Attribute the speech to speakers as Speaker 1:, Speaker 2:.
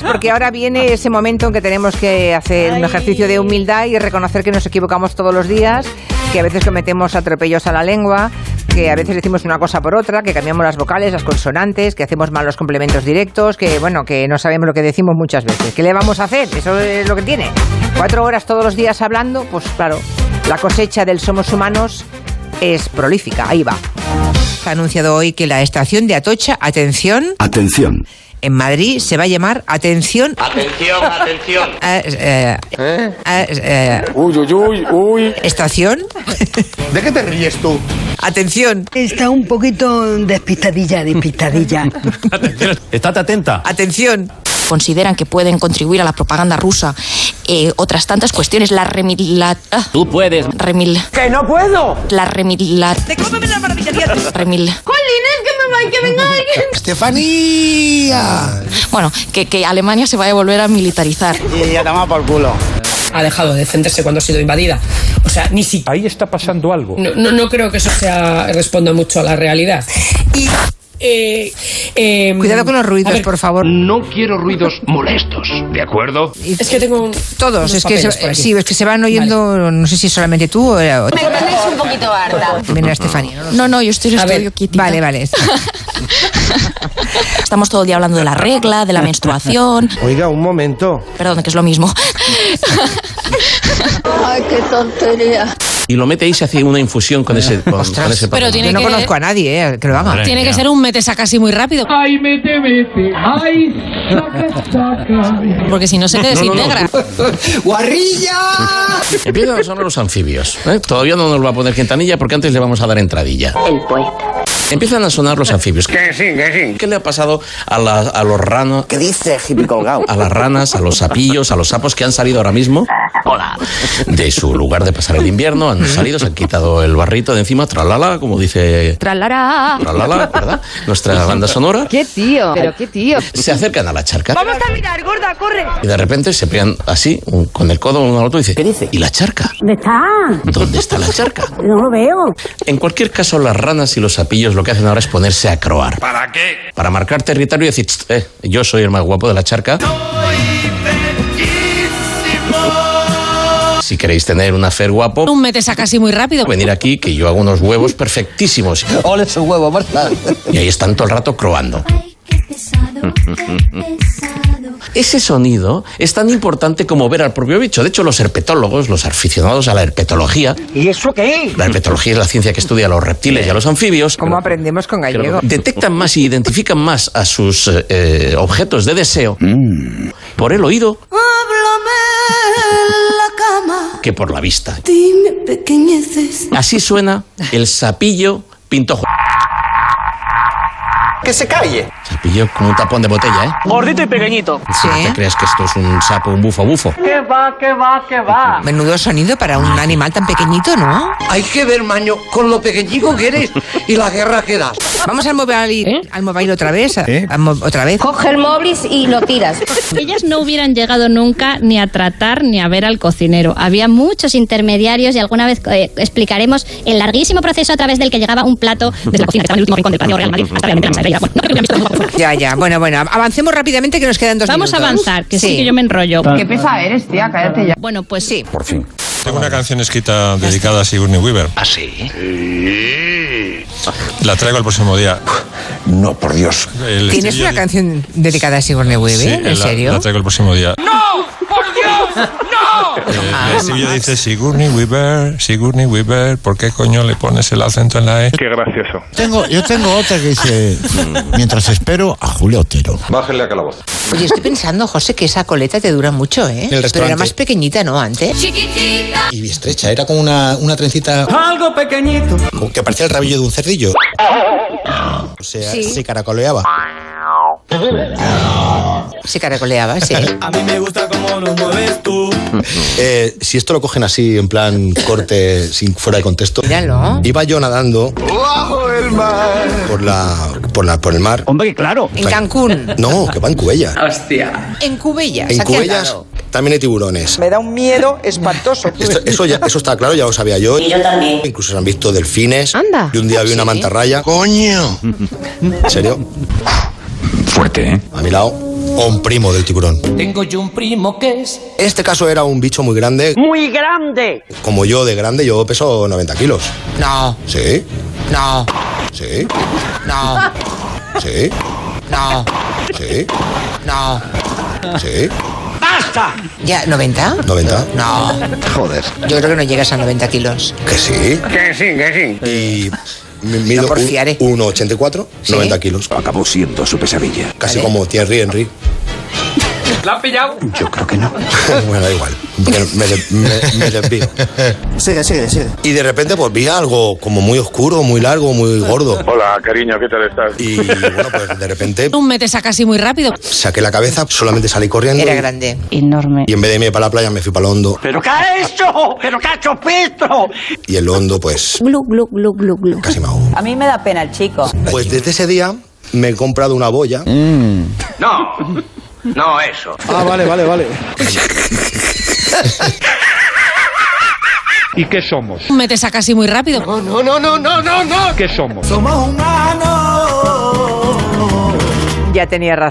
Speaker 1: porque ahora viene ese momento en que tenemos que hacer un ejercicio de humildad y reconocer que nos equivocamos todos los días, que a veces cometemos atropellos a la lengua, que a veces decimos una cosa por otra, que cambiamos las vocales, las consonantes, que hacemos malos complementos directos, que bueno, que no sabemos lo que decimos muchas veces. ¿Qué le vamos a hacer? Eso es lo que tiene. Cuatro horas todos los días hablando, pues claro, la cosecha del somos humanos es prolífica. Ahí va.
Speaker 2: Se ha anunciado hoy que la estación de Atocha, atención,
Speaker 3: Atención.
Speaker 2: en Madrid se va a llamar Atención.
Speaker 4: Atención, atención.
Speaker 2: eh, eh, eh, eh,
Speaker 5: Uy, uy, uy, uy.
Speaker 2: estación.
Speaker 4: ¿De qué te ríes tú?
Speaker 2: Atención,
Speaker 6: Está un poquito despistadilla, despistadilla.
Speaker 7: Estate atenta.
Speaker 2: atención.
Speaker 8: consideran que pueden contribuir a la propaganda rusa, eh, otras tantas cuestiones, la remil... La, ah,
Speaker 7: Tú puedes.
Speaker 8: remil... ¡Que no puedo! La remil... La,
Speaker 2: Te cómeme la maravilla.
Speaker 8: remil...
Speaker 4: Estefanía.
Speaker 8: Bueno, que, que Alemania se va a volver a militarizar.
Speaker 4: Y ya te va por culo.
Speaker 9: ha dejado de defenderse cuando ha sido invadida. O sea, ni si
Speaker 7: Ahí está pasando algo.
Speaker 9: no, no, no creo que eso sea responda mucho a la realidad. Y eh, eh,
Speaker 2: Cuidado con los ruidos,
Speaker 9: a ver,
Speaker 2: por favor.
Speaker 4: No quiero ruidos molestos, ¿de acuerdo?
Speaker 9: Es que tengo un-
Speaker 2: Todos,
Speaker 9: unos
Speaker 2: es que,
Speaker 9: papeles
Speaker 2: se,
Speaker 9: por aquí.
Speaker 2: sí, es que se van oyendo, no sé si es solamente tú o... o-
Speaker 8: tenéis un poquito harta.
Speaker 2: Menos Estefanía, no lo sé.
Speaker 8: No, no, yo estoy,
Speaker 9: A
Speaker 8: estoy
Speaker 9: ver,
Speaker 8: quietita.
Speaker 2: Vale, vale.
Speaker 8: Estamos todo el día hablando de la regla, de la menstruación.
Speaker 4: Oiga, un momento.
Speaker 8: Perdón, que es lo mismo.
Speaker 6: Ay, qué tontería.
Speaker 7: Y lo mete ahí y se hace una infusión con ese, con, con ese
Speaker 10: Pero
Speaker 7: papel.
Speaker 10: tiene
Speaker 2: Yo no
Speaker 10: que-
Speaker 2: conozco a nadie eh, que lo haga.
Speaker 7: Madre
Speaker 10: Tiene que
Speaker 7: mía.
Speaker 10: ser un mete saca así muy rápido. Ay, mete, mete. Ay, saca, saca. Porque si no se te desintegra.
Speaker 4: ¡Guarrilla!
Speaker 7: Empiezan a sonar los anfibios. ¿eh? Todavía no nos va a poner quintanilla porque antes le vamos a dar entradilla.
Speaker 6: El poeta.
Speaker 7: Empiezan a sonar los anfibios. ¿Qué, ¿Qué le ha pasado a, la- a los ranos? ¿Qué dice, colgado? A las ranas, a los sapillos, a los sapos que han salido ahora mismo. Hola. De su lugar de pasar el invierno, han salido, se han quitado el barrito de encima, tralala, como dice.
Speaker 8: Tralará.
Speaker 7: Tralala, ¿verdad? Nuestra banda sonora.
Speaker 6: Qué tío, pero qué tío.
Speaker 7: Se acercan a la charca. Vamos a mirar, gorda, corre. Y de repente se pegan así, un- con el codo uno al otro y dice, ¿qué dice? ¿Y la charca?
Speaker 6: ¿Dónde está?
Speaker 7: ¿Dónde está la charca?
Speaker 6: No lo veo.
Speaker 7: En cualquier caso, las ranas y los sapillos lo que hacen ahora es ponerse a croar. ¿Para qué? Para marcar territorio y decir, "Tst, eh, yo soy el más guapo de la charca. Si queréis tener un hacer guapo,
Speaker 10: Un mete saca así muy rápido.
Speaker 7: venir aquí que yo hago unos huevos perfectísimos.
Speaker 4: Ole su huevo, Marta.
Speaker 7: Y ahí están todo el rato croando. Mm. Ese sonido es tan importante como ver al propio bicho. De hecho, los herpetólogos, los aficionados a la herpetología,
Speaker 4: ¿Y eso qué?
Speaker 7: la herpetología es la ciencia que estudia a los reptiles y a los anfibios.
Speaker 2: ¿Cómo aprendemos con gallego?
Speaker 7: detectan más y identifican más a sus eh, eh, objetos de deseo por el oído que por la vista. Así suena el sapillo pintojo.
Speaker 4: Que se calle.
Speaker 7: Sapillo con un tapón de botella, ¿eh?
Speaker 9: Gordito y pequeñito.
Speaker 7: Si no te creas que esto es un sapo, un bufo bufo.
Speaker 2: Menudo sonido para un animal tan pequeñito, ¿no?
Speaker 4: Hay que ver, maño, con lo pequeñico que eres y la guerra que das.
Speaker 2: Vamos al mobile, al mobile otra vez. a- al mo- otra vez.
Speaker 6: Coge el móvil y lo tiras.
Speaker 11: Ellas no hubieran llegado nunca ni a tratar ni a ver al cocinero. Había muchos intermediarios y alguna vez eh, explicaremos el larguísimo proceso a través del que llegaba un plato desde la cocina que estaba en el último rincón del patio Real Madrid hasta realmente la mesa de ella. Bueno, no creo que hubieran visto tampoco fuera.
Speaker 2: Ya, ya. Bueno, bueno, avancemos rápidamente que nos quedan dos
Speaker 11: Vamos a
Speaker 2: minutos.
Speaker 11: avanzar, que sí. que yo me enrollo.
Speaker 6: Qué pesa eres, tía, cállate ya.
Speaker 11: Bueno, pues sí.
Speaker 7: Por fin.
Speaker 3: Tengo una canción escrita dedicada a Sigourney Weaver.
Speaker 4: ¿Ah, sí?
Speaker 3: La traigo el próximo día.
Speaker 4: No, por Dios.
Speaker 2: ¿Tienes
Speaker 3: El estribillo
Speaker 2: una
Speaker 3: di-
Speaker 2: canción dedicada a Sigourney Weaver?
Speaker 3: Sí,
Speaker 2: ¿En
Speaker 3: la-
Speaker 2: serio?
Speaker 3: La traigo el próximo día. ¡No! ¡Por Dios! ¡No!
Speaker 2: Ah,
Speaker 3: El estribillo dice Sigourney Weaver, Sigourney Weaver, ¿por qué coño le pones el acento en la E?
Speaker 5: Qué gracioso.
Speaker 4: Tengo, yo tengo otra que dice, mientras espero a Julio Otero.
Speaker 3: Bájenle acá la voz.
Speaker 2: Oye, estoy pensando, José, que esa coleta te dura mucho, ¿eh?
Speaker 4: El
Speaker 2: Pero era
Speaker 4: restaurante.
Speaker 2: más pequeñita, ¿no? Antes.
Speaker 4: Y bien estrecha, era como una, una trencita... Algo pequeñito. Que parecía el rabillo de un cerdillo. O sea, se caracoleaba.
Speaker 2: Se caracoleaba, sí.
Speaker 4: Eh, si esto lo cogen así, en plan corte, sin fuera de contexto.
Speaker 2: Míralo.
Speaker 4: Iba yo nadando. Por la, por la, por el mar.
Speaker 9: Hombre, claro.
Speaker 2: En Cancún,
Speaker 4: No, que va en Cubellas.
Speaker 2: en Cubellas.
Speaker 4: En
Speaker 2: aquí al
Speaker 4: Cubellas
Speaker 2: lado.
Speaker 4: también hay tiburones.
Speaker 9: Me da un miedo espantoso.
Speaker 4: Esto- eso ya, eso está claro, ya lo sabía yo.
Speaker 6: yo también.
Speaker 4: Incluso se han visto delfines.
Speaker 6: Anda.
Speaker 4: Y un día vi una mantarraya. ¡Coño! ¿En serio? Fuerte, ¿eh? A mi lado.
Speaker 7: o un primo del tiburón.
Speaker 5: Tengo yo un primo que es.
Speaker 7: Este caso era un bicho muy grande.
Speaker 5: ¡Muy grande!
Speaker 7: Como yo de grande, yo peso 90 kilos.
Speaker 2: No,
Speaker 7: Sí,
Speaker 2: no,
Speaker 7: sí,
Speaker 2: no,
Speaker 7: sí,
Speaker 2: no,
Speaker 7: sí,
Speaker 2: no.
Speaker 7: sí.
Speaker 5: ¡Basta!
Speaker 2: ¿Ya 90?
Speaker 7: 90.
Speaker 2: No,
Speaker 7: Joder.
Speaker 2: yo creo que no llegas a 90 kilos.
Speaker 7: Que sí.
Speaker 5: Que sí, que sí.
Speaker 7: Y me mido un- 1,84,
Speaker 2: Sí.
Speaker 7: 90 kilos. Acabó siendo su pesadilla. Casi
Speaker 2: Vale.
Speaker 7: como Thierry Henry.
Speaker 5: ¿La han pillado?
Speaker 7: Yo creo que no. bueno, da igual. Me, me de- me- me desvío. Sigue, sigue, sigue. Y de repente pues vi algo como muy oscuro, muy largo, muy gordo.
Speaker 12: Hola, cariño, ¿qué tal estás?
Speaker 7: Y bueno, pues de repente
Speaker 8: Un mete saca así muy rápido.
Speaker 7: saqué la cabeza, solamente salí corriendo.
Speaker 8: Era
Speaker 7: y-
Speaker 8: grande.
Speaker 13: Enorme.
Speaker 7: Y en vez de irme para la playa me fui para el hondo.
Speaker 5: ¿Pero qué ha hecho? ¿Pero qué ha hecho Petro?
Speaker 7: Y el hondo pues...
Speaker 13: Glu, glu, glu, glu, glu.
Speaker 7: Casi me
Speaker 14: A mí me da pena el chico.
Speaker 7: Pues desde ese día me he comprado una boya.
Speaker 5: No, no eso.
Speaker 7: Ah, vale, vale, vale.
Speaker 4: ¿Y qué somos?
Speaker 8: Un mete saca así muy rápido.
Speaker 5: No, no, no, no, no, no.
Speaker 4: ¿Qué somos?
Speaker 5: Somos humanos.
Speaker 15: Ya tenía razón.